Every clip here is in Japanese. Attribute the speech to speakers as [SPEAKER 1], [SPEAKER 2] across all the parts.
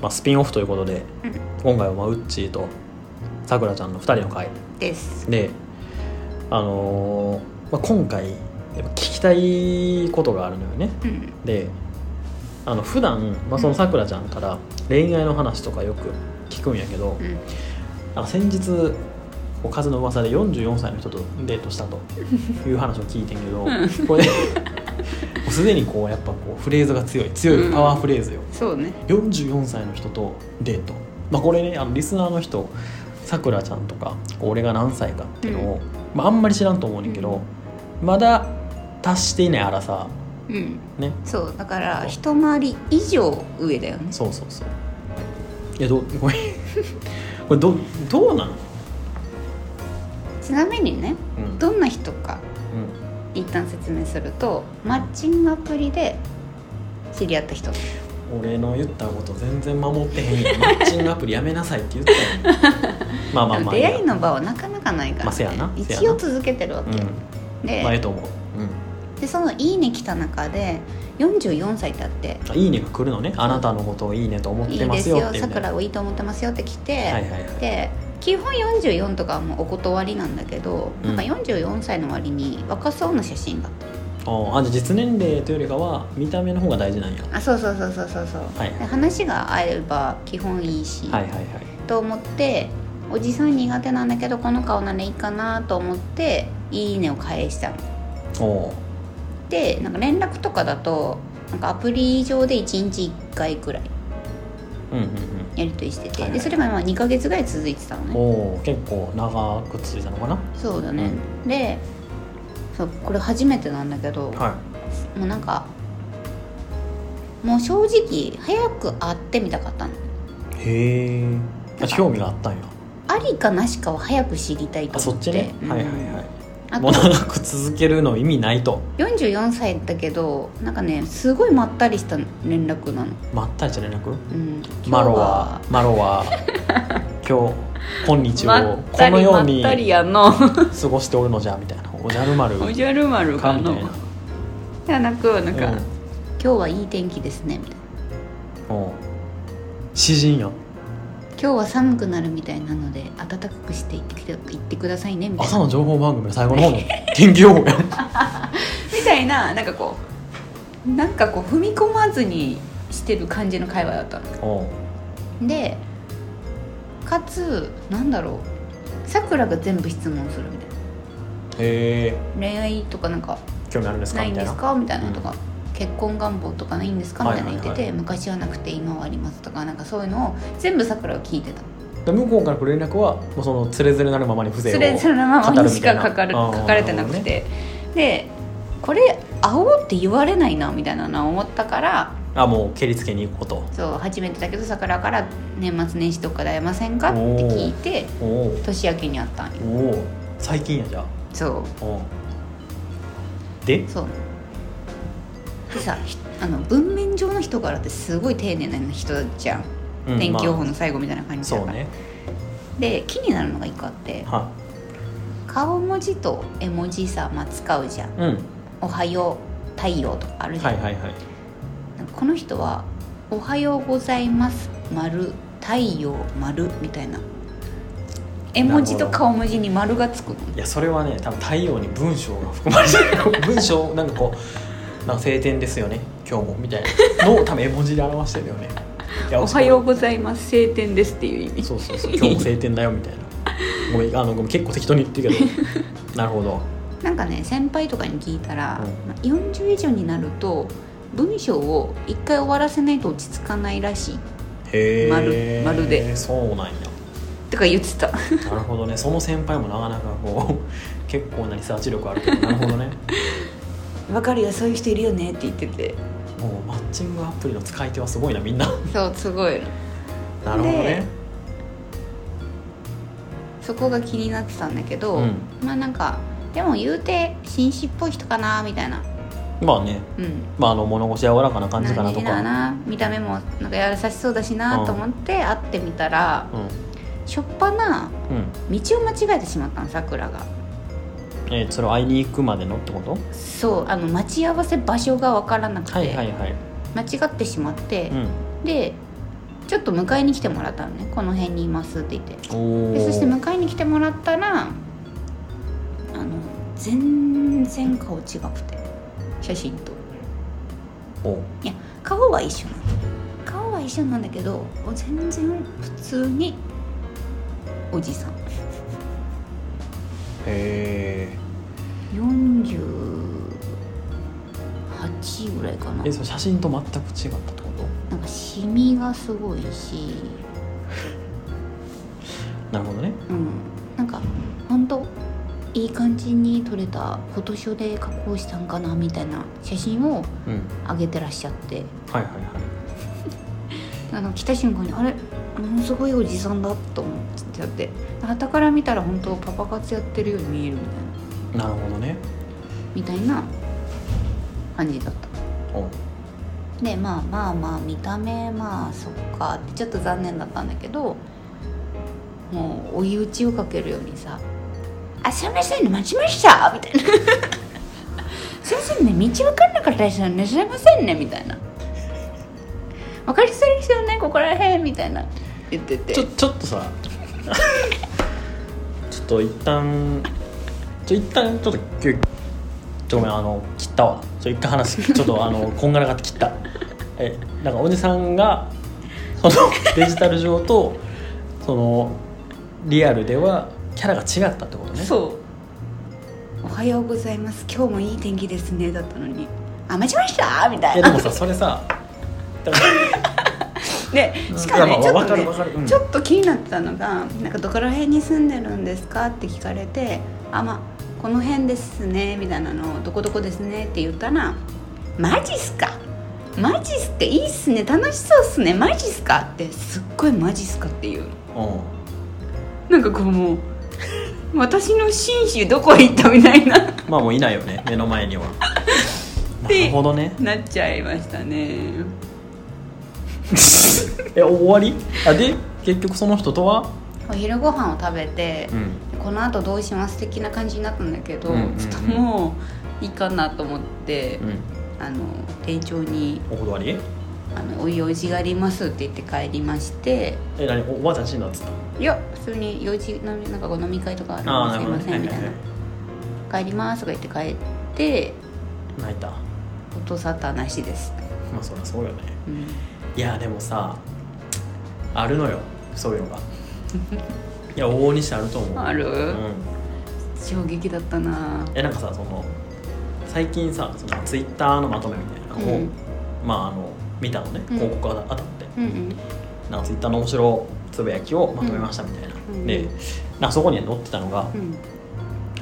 [SPEAKER 1] まあ、スピンオフということで、
[SPEAKER 2] うん
[SPEAKER 1] 今回はまあウッチーとさくらちゃんの2人の回
[SPEAKER 2] です
[SPEAKER 1] で、あのーまあ、今回やっぱ聞きたいことがあるのよね
[SPEAKER 2] うん
[SPEAKER 1] であの普段、まあ、そのさくらちゃんから恋愛の話とかよく聞くんやけど、
[SPEAKER 2] うん
[SPEAKER 1] なんか先日お風の噂で44歳の人とデートしたという話を聞いてんけど、
[SPEAKER 2] うん
[SPEAKER 1] これもうすでにこうやっぱこうフレーズが強い強いパワーフレーズよ、
[SPEAKER 2] そうね
[SPEAKER 1] 44歳の人とデート、まあ、これねあのリスナーの人さくらちゃんとかこう俺が何歳かっていうのを、まあ、あんまり知らんと思うねんけど、まだ達していないあらさ
[SPEAKER 2] うん
[SPEAKER 1] ね
[SPEAKER 2] そうだから
[SPEAKER 1] そう
[SPEAKER 2] 一回り以上上だよね
[SPEAKER 1] そうそうそういやどうこれ これどどうなの、
[SPEAKER 2] ちなみにね
[SPEAKER 1] うんうん
[SPEAKER 2] どんな人か一旦説明するとマッチングアプリで知り合った人
[SPEAKER 1] 俺の言ったこと全然守ってへんやんマッチングアプリやめなさいって言ったやん まあまあまあ
[SPEAKER 2] 出会
[SPEAKER 1] い
[SPEAKER 2] いの場はなかなかないから、
[SPEAKER 1] まあせやなせやな
[SPEAKER 2] 一応続けてるわ
[SPEAKER 1] う
[SPEAKER 2] けよ、
[SPEAKER 1] ん
[SPEAKER 2] で,、
[SPEAKER 1] まあええと思う、
[SPEAKER 2] でその「いいね」来た中で44歳だって
[SPEAKER 1] うん、いいねが来るのねあなたのことをいいねと思
[SPEAKER 2] 「
[SPEAKER 1] っ
[SPEAKER 2] い
[SPEAKER 1] て
[SPEAKER 2] い
[SPEAKER 1] ま
[SPEAKER 2] ですす
[SPEAKER 1] よ
[SPEAKER 2] よ
[SPEAKER 1] っていう
[SPEAKER 2] さ
[SPEAKER 1] ね
[SPEAKER 2] くらをいいと思ってますよ」って来て、
[SPEAKER 1] はいはいはい
[SPEAKER 2] で基本44とかはもうお断りなんだけど、
[SPEAKER 1] うん
[SPEAKER 2] なんか44歳の割に若そうな写真だった
[SPEAKER 1] ああじゃあ実年齢というよりかは見た目の方が大事なんや
[SPEAKER 2] あそうそうそうそうそうそう、
[SPEAKER 1] はい
[SPEAKER 2] で話が合えば基本いいし、
[SPEAKER 1] はいはいはい
[SPEAKER 2] と思っておじさん苦手なんだけどこの顔ならいいかなと思って「いいね」を返したの。
[SPEAKER 1] おおー
[SPEAKER 2] でなんか連絡とかだとなんかアプリ上で1日1回くらい
[SPEAKER 1] うんうん
[SPEAKER 2] やり取りしてて、
[SPEAKER 1] はいはい
[SPEAKER 2] でそれがまあ2ヶ月ぐらい続いてたの
[SPEAKER 1] うん
[SPEAKER 2] ね
[SPEAKER 1] おお結構長く続いたのかな
[SPEAKER 2] そうだね、でそうこれ初めてなんだけど、
[SPEAKER 1] は
[SPEAKER 2] もうなんかもう正直早く会ってみたかったの
[SPEAKER 1] いへえ
[SPEAKER 2] なんか
[SPEAKER 1] 興味があったんや
[SPEAKER 2] ありかなしかを早く知りたい
[SPEAKER 1] あ
[SPEAKER 2] と
[SPEAKER 1] そ
[SPEAKER 2] 思
[SPEAKER 1] っ
[SPEAKER 2] って
[SPEAKER 1] ちね、
[SPEAKER 2] うん
[SPEAKER 1] はいはいはい
[SPEAKER 2] あ
[SPEAKER 1] もう
[SPEAKER 2] と
[SPEAKER 1] 長く続けるの意味ないと
[SPEAKER 2] 44歳だけどなんかねすごいまったりした連絡なの、
[SPEAKER 1] まったりした連絡
[SPEAKER 2] うん、
[SPEAKER 1] マロはマロ は今日今日
[SPEAKER 2] 今日
[SPEAKER 1] を
[SPEAKER 2] は
[SPEAKER 1] このように
[SPEAKER 2] まったりやの
[SPEAKER 1] 過ごしておるのじゃみたいなおじゃる丸
[SPEAKER 2] おじゃる丸
[SPEAKER 1] か
[SPEAKER 2] か
[SPEAKER 1] みた
[SPEAKER 2] の
[SPEAKER 1] いな
[SPEAKER 2] じゃなくなんか、
[SPEAKER 1] うん
[SPEAKER 2] 今日はいい天気ですねみたいな
[SPEAKER 1] おう詩人やん
[SPEAKER 2] 今日は寒くなるみたいなので暖かくしていってきて行ってくださいねみたい
[SPEAKER 1] 朝
[SPEAKER 2] な
[SPEAKER 1] の情報番組の最後の方の天気予報やん
[SPEAKER 2] みたいななんかこうなんかこう踏み込まずにしてる感じの会話だった
[SPEAKER 1] おう
[SPEAKER 2] のでかつなんだろうさくらが全部質問するみたい
[SPEAKER 1] へ
[SPEAKER 2] な
[SPEAKER 1] え
[SPEAKER 2] 恋愛とかなんか
[SPEAKER 1] 興味あるんですか
[SPEAKER 2] ない
[SPEAKER 1] み
[SPEAKER 2] ん
[SPEAKER 1] たい
[SPEAKER 2] で
[SPEAKER 1] な
[SPEAKER 2] すかみたいなとか、結婚願望とかないんですかみたいな言ってて、
[SPEAKER 1] はいはい
[SPEAKER 2] 昔はなくて今はありますとかなんかそういうのを全部さくらが聞いてた
[SPEAKER 1] で向こうから来る連絡はもうそのつれづれなるままに風情
[SPEAKER 2] そ
[SPEAKER 1] を
[SPEAKER 2] れそのま
[SPEAKER 1] 語
[SPEAKER 2] ま
[SPEAKER 1] る
[SPEAKER 2] に
[SPEAKER 1] み
[SPEAKER 2] した
[SPEAKER 1] い
[SPEAKER 2] か
[SPEAKER 1] な
[SPEAKER 2] 書かれ
[SPEAKER 1] あー
[SPEAKER 2] 書かれてなく
[SPEAKER 1] なるほど
[SPEAKER 2] て、でこれ会おうって言われないなみたいなのを思ったから
[SPEAKER 1] あもう蹴りつけに行くこと
[SPEAKER 2] そう初めてだけど桜から年末年始どっかで会えませんかって聞いて
[SPEAKER 1] おお
[SPEAKER 2] 年明けに会ったんよ
[SPEAKER 1] おお最近やじゃあ
[SPEAKER 2] そ
[SPEAKER 1] おうで
[SPEAKER 2] うそうでさひあの文面上の人柄ってすごい丁寧な人じゃん、
[SPEAKER 1] うん
[SPEAKER 2] 天気予報
[SPEAKER 1] ま
[SPEAKER 2] の最後みたいな感
[SPEAKER 1] あ
[SPEAKER 2] じだ
[SPEAKER 1] そ
[SPEAKER 2] か
[SPEAKER 1] う
[SPEAKER 2] ら、
[SPEAKER 1] ね
[SPEAKER 2] で気になるのが一個あって
[SPEAKER 1] は
[SPEAKER 2] 顔文字と絵文字さ、まあ、使うじゃん
[SPEAKER 1] いうん
[SPEAKER 2] 「おはよう」「太陽」とかあるじゃ
[SPEAKER 1] は
[SPEAKER 2] ん
[SPEAKER 1] いはいはい
[SPEAKER 2] この人は「おはようございます」「丸太陽」「丸みたいな絵文字と顔文字に丸がつくの
[SPEAKER 1] いやそれはね多分太陽に文章が含まれてる 文章なんかこう「なんか晴天ですよね今日も」みたいなのを多分絵文字で表してるよねいや
[SPEAKER 2] おはようございます晴天ですっていう意味
[SPEAKER 1] そうそうそう今日も晴天だよみたいな ごめんあのごめん結構適当に言ってるけどなるほど
[SPEAKER 2] なんかね先輩とかに聞いたら、
[SPEAKER 1] う
[SPEAKER 2] まあ40以上になると文章を一回終わらせないと落ち着かないらしい
[SPEAKER 1] へえ
[SPEAKER 2] まるまるで
[SPEAKER 1] そうなんや
[SPEAKER 2] とか言ってた
[SPEAKER 1] なるほどねその先輩もなかなかこう結構なリサーチ力あるけどなるほ どね
[SPEAKER 2] わかるよそういう人いるよねって言ってて
[SPEAKER 1] もうマッチングアプリの使い手はすごいなみんな
[SPEAKER 2] そうすごい
[SPEAKER 1] なるほどね
[SPEAKER 2] そこが気になってたんだけど、
[SPEAKER 1] うん
[SPEAKER 2] まあなんかでも言うて紳士っぽい人かなみたいな
[SPEAKER 1] まあね
[SPEAKER 2] うん
[SPEAKER 1] まああの物腰柔らかな感じかなと
[SPEAKER 2] 何気ない
[SPEAKER 1] か
[SPEAKER 2] な見た目もなんか優しそうだし
[SPEAKER 1] う
[SPEAKER 2] なんと思って会ってみたら、
[SPEAKER 1] うん
[SPEAKER 2] しょっぱな
[SPEAKER 1] うん
[SPEAKER 2] 道を間違えてしまったのさくらが
[SPEAKER 1] えーそれを会いに行くまでのってこと
[SPEAKER 2] そうあの待ち合わせ場所が分からなくて、
[SPEAKER 1] はいはいはい、
[SPEAKER 2] 間違ってしまって
[SPEAKER 1] う、ん、
[SPEAKER 2] でちょっと迎えに来てもらったのねこの辺にいますって言って
[SPEAKER 1] お
[SPEAKER 2] でそして
[SPEAKER 1] お
[SPEAKER 2] 迎えに来てもらったらあの全然顔違くて写真と
[SPEAKER 1] お
[SPEAKER 2] いや顔は一緒なんだ顔は一緒なんだけど全然普通におじさん
[SPEAKER 1] へー
[SPEAKER 2] 48ぐらいかな
[SPEAKER 1] えその写真と全く違ったってこと
[SPEAKER 2] なんかシミがすごいし
[SPEAKER 1] なるほどね
[SPEAKER 2] うんなんかほんといい感じに撮れたフォトショーで加工したんかなみたいな写真を
[SPEAKER 1] うん
[SPEAKER 2] 上げてらっしゃって
[SPEAKER 1] はいはいはい
[SPEAKER 2] あの来た瞬間にあれものすごいおじさんだと思っちゃってはたから見たら本当パパ活やってるように見える
[SPEAKER 1] なるほどね
[SPEAKER 2] みたいなみたいな感じだった
[SPEAKER 1] お
[SPEAKER 2] でまあまあまあ見た目まあそっかってちょっと残念だったんだけどもう追い打ちをかけるようにさ「あすいませんね待ちました」みたいな 「すいませんね道分かんなかったですよねすいませんね」みたいな「分かりづらいですよねここらへん」みたいな言ってて
[SPEAKER 1] ちょちょっと さちょっと一旦ちょ一旦ちょっときゅちょごめんあの切ったわちょ一回 話ちょっとあのこんがらがって切ったえなんかおじさんがそ のデジタル上とそのリアルではキャラが違ったってことね
[SPEAKER 2] そう「おはようございます今日もいい天気ですね」だったのに「あ待ちました」みた
[SPEAKER 1] えで
[SPEAKER 2] いな
[SPEAKER 1] もさそれさだから
[SPEAKER 2] でしかもね
[SPEAKER 1] い
[SPEAKER 2] ち
[SPEAKER 1] や
[SPEAKER 2] ょ
[SPEAKER 1] まあ
[SPEAKER 2] っと
[SPEAKER 1] わかるわかるう
[SPEAKER 2] ね
[SPEAKER 1] ん
[SPEAKER 2] ちょっと気になってたのが「なんかどこら辺に住んでるんですか?」って聞かれて「あまあこの辺ですね」みたいなのを「どこどこですね」って言ったら「マジっすかマジっすかいいっすね楽しそうっすねマジっすか?」ってすっごい「マジっすか?」っていう
[SPEAKER 1] う
[SPEAKER 2] なんかこうもう私の信州どこへ行ったみたいな
[SPEAKER 1] んまあもういないよね目の前にはな
[SPEAKER 2] で
[SPEAKER 1] るほどね
[SPEAKER 2] なっちゃいましたね
[SPEAKER 1] え終わりあで結局その人とは
[SPEAKER 2] お昼ご飯を食べて
[SPEAKER 1] うん
[SPEAKER 2] この後どうします的な感じになったんだけど、
[SPEAKER 1] うんうんうん
[SPEAKER 2] ちょっともういいかなと思って、
[SPEAKER 1] うん
[SPEAKER 2] あの店長に
[SPEAKER 1] お断り
[SPEAKER 2] 「あのお用事があります」って言って帰りまして
[SPEAKER 1] え何おおばあちゃん死んだっつった
[SPEAKER 2] 「いや普通に用事飲みなんかご飲み会とかある
[SPEAKER 1] あ
[SPEAKER 2] の
[SPEAKER 1] あな
[SPEAKER 2] すい
[SPEAKER 1] るほど
[SPEAKER 2] ま
[SPEAKER 1] ね
[SPEAKER 2] せん」みたいな「帰ります」とか言って帰って
[SPEAKER 1] 泣いたま
[SPEAKER 2] 音沙汰なしです、
[SPEAKER 1] あそりゃそうよね
[SPEAKER 2] う
[SPEAKER 1] い
[SPEAKER 2] ん、
[SPEAKER 1] やでもさあるのよそういう のがいや往々にしてあると思う
[SPEAKER 2] ある、
[SPEAKER 1] うん
[SPEAKER 2] 衝撃だったな
[SPEAKER 1] えなんかさその最近さそのツイッターのまとめみたいなのを、
[SPEAKER 2] うん
[SPEAKER 1] まああの見たのね
[SPEAKER 2] うん
[SPEAKER 1] 広告が当たって、
[SPEAKER 2] うんうん
[SPEAKER 1] なんかツイッターの面白つぶやきをまとめましたみたいな、
[SPEAKER 2] うん
[SPEAKER 1] でなんかそこに載ってたのが、
[SPEAKER 2] うん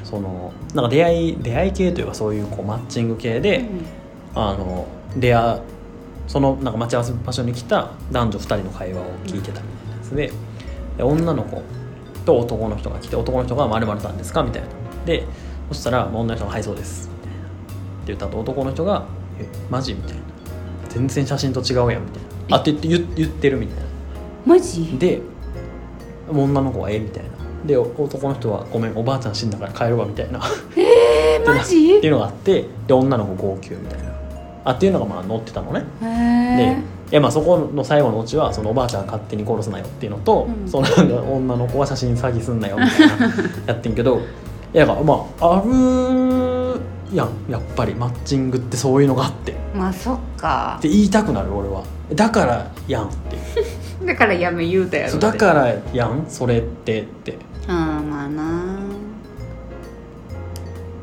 [SPEAKER 1] そのなんか出会い出会い系というかそういうこうマッチング系で、
[SPEAKER 2] うん
[SPEAKER 1] あの出会そのなんか待ち合わせ場所に来た男女2人の会話を聞いてたみたいなやつでで女の子と男の人が来て男の人が「まるたんですか?」みたいなでそしたらまあ女の人が「はいそうです」みたいなって言った後男の人が「えマジ?」みたいな「全然写真と違うやん」みたいな「あって言って言言ってる」みたいな
[SPEAKER 2] マジ
[SPEAKER 1] で女の子は「えみたいなで男の人は「ごめんおばあちゃん死んだから帰るわ」みたいな
[SPEAKER 2] えー、マジ
[SPEAKER 1] っていうのがあってで女の子号泣みたいなあっていうのがまあ載ってたのね
[SPEAKER 2] え
[SPEAKER 1] で
[SPEAKER 2] ー、
[SPEAKER 1] いやまあそこの最後のうちはそのおばあちゃん勝手に殺すなよっていうのと、
[SPEAKER 2] うん
[SPEAKER 1] そのなんか女の子は写真詐欺すんなよみたい なやってんけどいやだからまああるやんやっぱりマッチングってそういうのがあってって
[SPEAKER 2] まあそっか
[SPEAKER 1] 言いたくなる俺はだからやんっていう
[SPEAKER 2] だからやめ言うたやろ
[SPEAKER 1] そうだからやんそれってって
[SPEAKER 2] ああまあな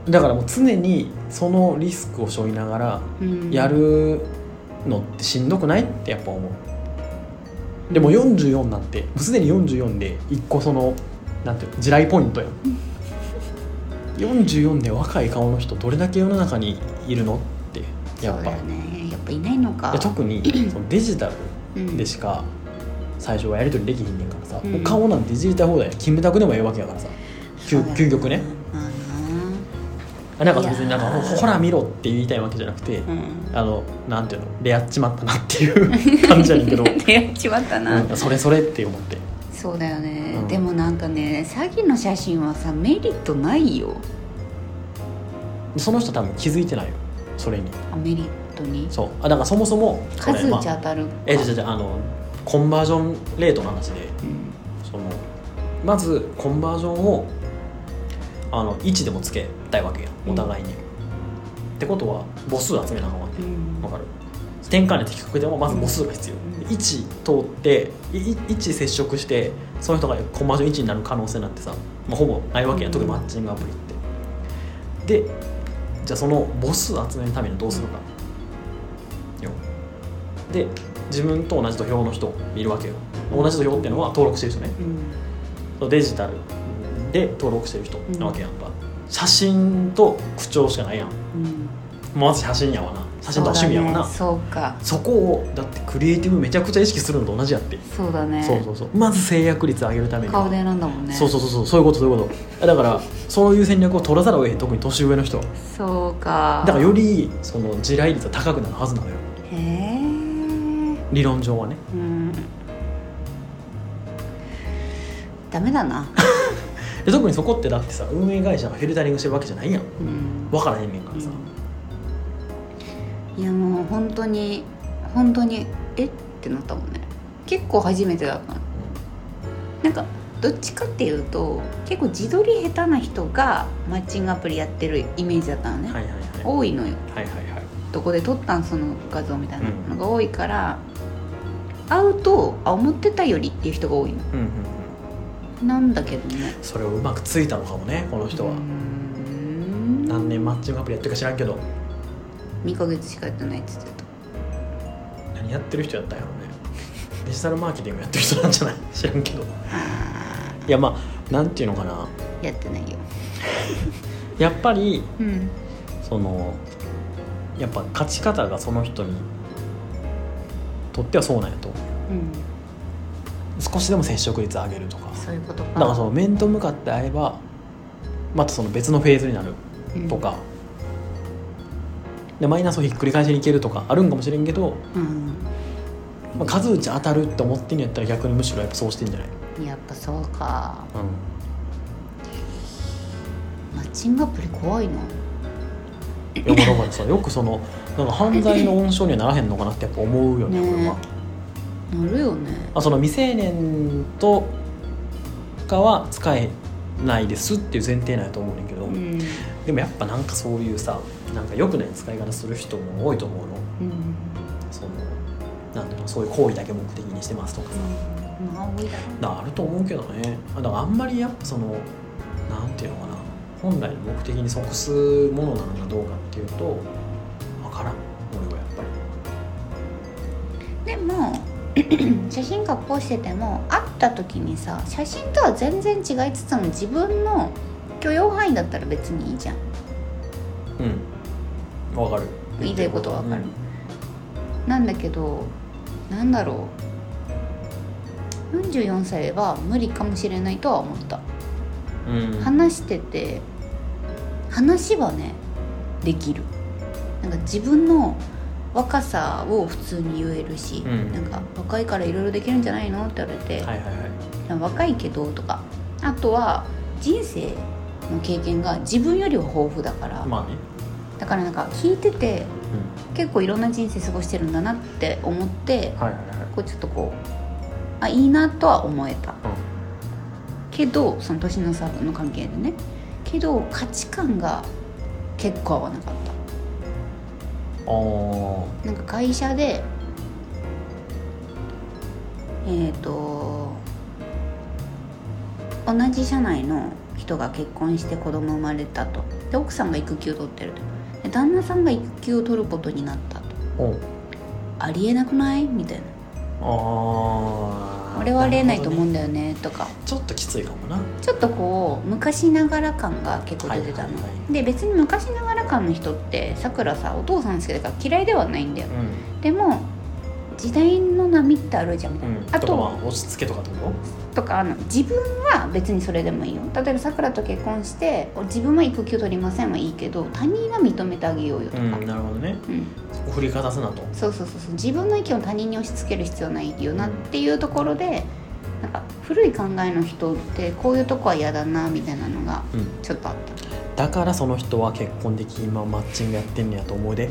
[SPEAKER 1] だからもう常にそのリスクを背負いながら
[SPEAKER 2] うん
[SPEAKER 1] やるのってしんどくないってやっぱ思うでも44なんてもうすでに44で一個そのなんていうの地雷ポイントやん44で若い顔の人どれだけ世の中にいるのってやっ
[SPEAKER 2] そう
[SPEAKER 1] ぱ、
[SPEAKER 2] だよねやっぱいないのか
[SPEAKER 1] で特にそのデジタ
[SPEAKER 2] うん
[SPEAKER 1] ルでしか最初はやり取りできひんねんからさ、
[SPEAKER 2] うん
[SPEAKER 1] もう顔なんていじりたい放題やキムタクでもええわけやからさ究
[SPEAKER 2] そうだよ
[SPEAKER 1] 究極ね
[SPEAKER 2] まあ
[SPEAKER 1] あなんか別になん
[SPEAKER 2] い
[SPEAKER 1] か
[SPEAKER 2] やー
[SPEAKER 1] ほら見ろって言いたいわけじゃなくて、
[SPEAKER 2] なうん
[SPEAKER 1] あのなんていうのレアっちまったなっていう感じやねん けど、
[SPEAKER 2] 出会っちまったな、
[SPEAKER 1] うん、それそれって思って
[SPEAKER 2] そうだよね、
[SPEAKER 1] うん
[SPEAKER 2] でもなんかね詐欺の写真はさメリットないよ
[SPEAKER 1] その人多分気づいてないよそれに
[SPEAKER 2] あメリットに
[SPEAKER 1] そうあだからそもそも
[SPEAKER 2] 数
[SPEAKER 1] これ
[SPEAKER 2] 値当たるか
[SPEAKER 1] えじゃじゃじゃあのコンバージョンレートの話で
[SPEAKER 2] うん
[SPEAKER 1] そのまずコンバージョンをあの1でもつけたいわけやんお互いに、ってことは母数集めなあかんわけ
[SPEAKER 2] うん
[SPEAKER 1] わかる転換率低くてもまず母数が必要
[SPEAKER 2] うん
[SPEAKER 1] 1通っていい1接触してその人がコンバージョン1になる可能性なんてさ、まあ、ほぼないわけや、
[SPEAKER 2] うん
[SPEAKER 1] 特にマッチングアプリってでじゃあその母数集めるためにどうするかよで自分と同じ土俵の人を見るわけよ同じ土俵っていうのは登録してる人ね
[SPEAKER 2] うん
[SPEAKER 1] そうデジタルで登録してる人なわけやんか、写真と口調しかないやん
[SPEAKER 2] うん
[SPEAKER 1] まず写真やわな写真と趣味やわな
[SPEAKER 2] そうだね
[SPEAKER 1] そこをだってクリエイティブめちゃくちゃ意識するのと同じやって、
[SPEAKER 2] そうかそうだね
[SPEAKER 1] そうそうそうまず制約率上げるためには
[SPEAKER 2] 顔で選んだもんね
[SPEAKER 1] そうそうそうそうそういうことそういうことだからそういう戦略を取らざるを得へん特に年上の人は
[SPEAKER 2] そうか
[SPEAKER 1] だからよりその地雷率は高くなるはずなのよ
[SPEAKER 2] へえ
[SPEAKER 1] 理論上はね
[SPEAKER 2] うんダメだな
[SPEAKER 1] で特にそこってだってさ運営会社がフィルタリングしてるわけじゃないやん
[SPEAKER 2] うん
[SPEAKER 1] 分からへんねんからさ、
[SPEAKER 2] いやもう本当に本当にえってなったもんね結構初めてだったのなんかどっちかっていうと結構自撮り下手な人がマッチングアプリやってるイメージだったのね、
[SPEAKER 1] はいはいはい
[SPEAKER 2] 多いのよ
[SPEAKER 1] はいはいはい
[SPEAKER 2] どこで撮ったんその画像みたいなのが多いから、会うとあ思ってたよりっていう人が多いの
[SPEAKER 1] うんうんうん
[SPEAKER 2] なんだけどね
[SPEAKER 1] それをうまくついたのかもねこの人は、
[SPEAKER 2] うーん
[SPEAKER 1] 何年マッチングアプリやってるか知らんけど
[SPEAKER 2] 2ヶ月しかやってないっつってた
[SPEAKER 1] 何やってる人やったんやろうねデジタルマーケティングやってる人なんじゃない知らんけど
[SPEAKER 2] あ
[SPEAKER 1] いやまあなんていうのかな
[SPEAKER 2] ーやってないよ
[SPEAKER 1] やっぱり
[SPEAKER 2] うん
[SPEAKER 1] そのやっぱ勝ち方がその人にとってはそうなんやと思う
[SPEAKER 2] うん
[SPEAKER 1] 少しでも接触率上げるとか
[SPEAKER 2] そういうことか
[SPEAKER 1] だからその面と向かって会えばまたその別のフェーズになる
[SPEAKER 2] うん
[SPEAKER 1] とか、でマイナスをひっくり返しにいけるとかあるんかもしれんけど
[SPEAKER 2] うん
[SPEAKER 1] まあ、数打ち当たるって思ってんやったら逆にむしろやっぱそうしてんじゃない、
[SPEAKER 2] やっぱそうか
[SPEAKER 1] う
[SPEAKER 2] マッチングアプリ怖いな
[SPEAKER 1] ん、よくだからさよくそのなんか犯罪の温床にはならへんのかなってやっぱ思うよね
[SPEAKER 2] ねえ
[SPEAKER 1] これは
[SPEAKER 2] なるよね
[SPEAKER 1] あその未成年とかは使えないですっていう前提なんやと思うねんけど、
[SPEAKER 2] うん
[SPEAKER 1] でもやっぱなんかそういうさなんか良くない使い方する人も多いと思うの
[SPEAKER 2] うん
[SPEAKER 1] そのなんていうのそういう行為だけ目的にしてますとかさ
[SPEAKER 2] まあ多いだろう
[SPEAKER 1] なあると思うけどねだからあんまりやっぱそのなんていうのかな本来の目的に即すものなのかどうかっていうと分からん俺はやっぱり
[SPEAKER 2] でも 写真加工してても会った時にさ写真とは全然違いつつも自分の許容範囲だったら別にいいじゃん
[SPEAKER 1] うん分かる
[SPEAKER 2] 言いたいことは分かる
[SPEAKER 1] うん
[SPEAKER 2] なんだけどなんだろう44歳は無理かもしれないとは思った
[SPEAKER 1] うん
[SPEAKER 2] 話してて話はねできるなんか自分の若さを普通に言えるし、
[SPEAKER 1] うん
[SPEAKER 2] なんか若いからいろいろできるんじゃないのって言われて、
[SPEAKER 1] はいはいはい
[SPEAKER 2] 若いけどとかあとは人生の経験が自分よりは豊富だから、
[SPEAKER 1] まあね、
[SPEAKER 2] だからなんか聞いてて
[SPEAKER 1] う
[SPEAKER 2] 結構いろんな人生過ごしてるんだなって思っ
[SPEAKER 1] ん、は
[SPEAKER 2] て
[SPEAKER 1] いはいはい
[SPEAKER 2] こうちょっとこうあいいなとは思えた、
[SPEAKER 1] うん
[SPEAKER 2] けどその年の差の関係でねけど価値観が結構合わなかった
[SPEAKER 1] あー
[SPEAKER 2] なんか会社でえっ、と同じ社内の人が結婚して子供生まれたとで奥さんが育休取ってるとで旦那さんが育休を取ることになったと
[SPEAKER 1] お
[SPEAKER 2] ありえなくないみたいな
[SPEAKER 1] あー
[SPEAKER 2] 俺はありえないと思
[SPEAKER 1] るほど
[SPEAKER 2] う
[SPEAKER 1] ね
[SPEAKER 2] んだよねとか
[SPEAKER 1] ちょっときついかもな
[SPEAKER 2] ちょっとこう昔ながら感が結構出てたの、
[SPEAKER 1] はいはいは
[SPEAKER 2] で別に昔ながら感の人ってさくらさお父さん好きだから嫌いではないんだよ
[SPEAKER 1] う
[SPEAKER 2] でも時代の波ってあるじゃんみたい
[SPEAKER 1] ん、
[SPEAKER 2] な、
[SPEAKER 1] うん、
[SPEAKER 2] あ
[SPEAKER 1] とか
[SPEAKER 2] と
[SPEAKER 1] まあ落ち着けとかってこと
[SPEAKER 2] とかあの自分は別にそれでもいいよ例えばさくらと結婚して自分は育休取りませんはいいけど他人は認めてあげようよと
[SPEAKER 1] う
[SPEAKER 2] か、
[SPEAKER 1] んなるほどね
[SPEAKER 2] うん
[SPEAKER 1] そこ振りかざすなと
[SPEAKER 2] そうそうそうそう自分の意見を他人に押し付ける必要はないよなっていうところでなんか古い考えの人ってこういうとこは嫌だなみたいなのが
[SPEAKER 1] うん
[SPEAKER 2] ちょっとあった
[SPEAKER 1] だからその人は結婚でき今マッチングやってんねやと思うで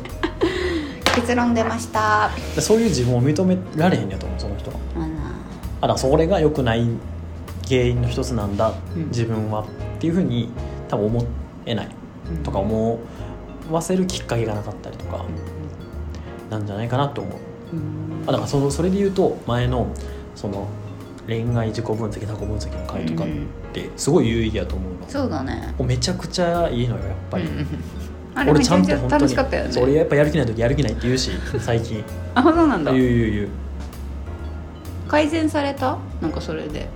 [SPEAKER 2] 結論出ましたあ
[SPEAKER 1] でそういう自分を認められへんやと思うその人は
[SPEAKER 2] ら
[SPEAKER 1] あらそれが良くない原因の一つなんだ、
[SPEAKER 2] うん
[SPEAKER 1] 自分はっていうふうに多分思えない
[SPEAKER 2] うん
[SPEAKER 1] とか思わせるきっかけがなかったりとか
[SPEAKER 2] う
[SPEAKER 1] なんじゃないかなと思うんあだからそのそれで言うと前のその恋愛自己分析他己分析の回とかっ
[SPEAKER 2] うん
[SPEAKER 1] てすごい有意義やと思うの、
[SPEAKER 2] そうだね
[SPEAKER 1] めちゃくちゃいいのよやっぱり、
[SPEAKER 2] うんうんうんあれ
[SPEAKER 1] 俺
[SPEAKER 2] め
[SPEAKER 1] ち
[SPEAKER 2] ち
[SPEAKER 1] ゃ
[SPEAKER 2] ゃ
[SPEAKER 1] ん
[SPEAKER 2] め
[SPEAKER 1] と
[SPEAKER 2] ちゃ
[SPEAKER 1] 本当
[SPEAKER 2] 楽
[SPEAKER 1] に
[SPEAKER 2] しかったよ
[SPEAKER 1] そう俺
[SPEAKER 2] ね
[SPEAKER 1] やっぱやる気ない時やる気ないって言うし最近
[SPEAKER 2] あそうなんだ
[SPEAKER 1] 言う言う言う
[SPEAKER 2] 改善されたなんかそれで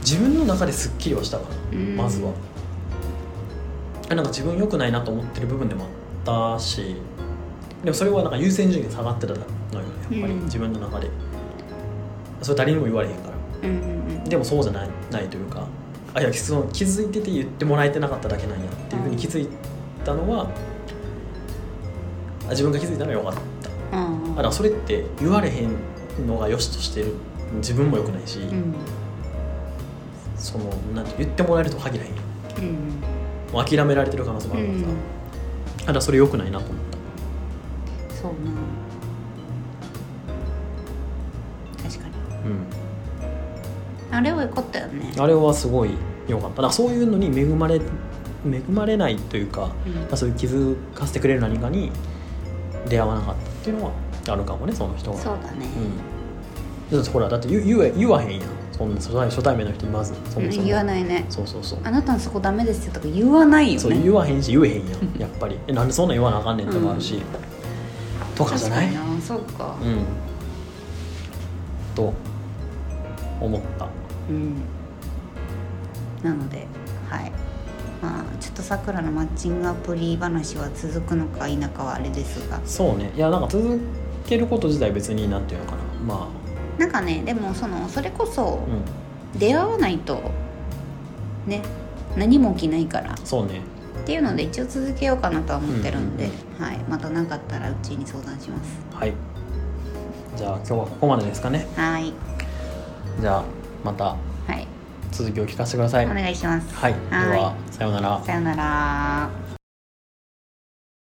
[SPEAKER 1] 自分の中ですっきりはしたかな
[SPEAKER 2] うん
[SPEAKER 1] まずはあなんか自分良くないなと思ってる部分でもあったしでもそれはなんか優先順位が下がってたのよねやっぱり
[SPEAKER 2] うん
[SPEAKER 1] 自分の中でそれ誰にも言われへんから
[SPEAKER 2] うんうん
[SPEAKER 1] でもそうじゃないないというかあいやその気づいてて言ってもらえてなかっただけなんやっていうふうに気づいたのは、あ自分が気づいたのはよかった
[SPEAKER 2] うんう
[SPEAKER 1] あ
[SPEAKER 2] ん
[SPEAKER 1] だからそれって言われへんのが良しとしてる自分も良くないし、
[SPEAKER 2] うん
[SPEAKER 1] そのなんて言ってもらえるとは限らへんやん
[SPEAKER 2] うん
[SPEAKER 1] もう諦められてる可能性もあ
[SPEAKER 2] う
[SPEAKER 1] るからさ、
[SPEAKER 2] ん
[SPEAKER 1] あだからそれ良くないなと思った
[SPEAKER 2] そうね確かに
[SPEAKER 1] うん、
[SPEAKER 2] あれは良かったよね
[SPEAKER 1] あれはすごい良かっただからそういうのに恵まれ恵まれないというか
[SPEAKER 2] うん
[SPEAKER 1] まあそういう気づかせてくれる何かに出会わなかったっていうのはあるかもねその人が
[SPEAKER 2] そうだね
[SPEAKER 1] うん、だってほらだって言う言え言わへんやんそんな初対初対面の人にまずそもそも
[SPEAKER 2] うん言わないね
[SPEAKER 1] そうそうそう
[SPEAKER 2] あなたのそこダメですよとか言わないよ
[SPEAKER 1] そう
[SPEAKER 2] ね
[SPEAKER 1] 言わへんし言えへんやんやっぱりえなんでそんなん言わなあかんねんとかあるし、とかじゃ
[SPEAKER 2] 確
[SPEAKER 1] な
[SPEAKER 2] か
[SPEAKER 1] い
[SPEAKER 2] になそうか
[SPEAKER 1] うんと思った
[SPEAKER 2] うんなのではいまあちょっとさくらのマッチングアプリ話は続くのか否かはあれですが
[SPEAKER 1] そうねいやなんか続けること自体別になんていうのかなま
[SPEAKER 2] なんかねでもそのそれこそ
[SPEAKER 1] あうん
[SPEAKER 2] 出会わないとね何も起きないから
[SPEAKER 1] そうね
[SPEAKER 2] っていうので一応続けようかなとは思ってるんで、
[SPEAKER 1] うん
[SPEAKER 2] はい、また何かあったらうちに相談します
[SPEAKER 1] はいじゃあ今日はここまでですかね
[SPEAKER 2] はい
[SPEAKER 1] じゃあまた
[SPEAKER 2] はい
[SPEAKER 1] 続きを聞かせてください
[SPEAKER 2] お願いします
[SPEAKER 1] はい、ではさようなら
[SPEAKER 2] さよなら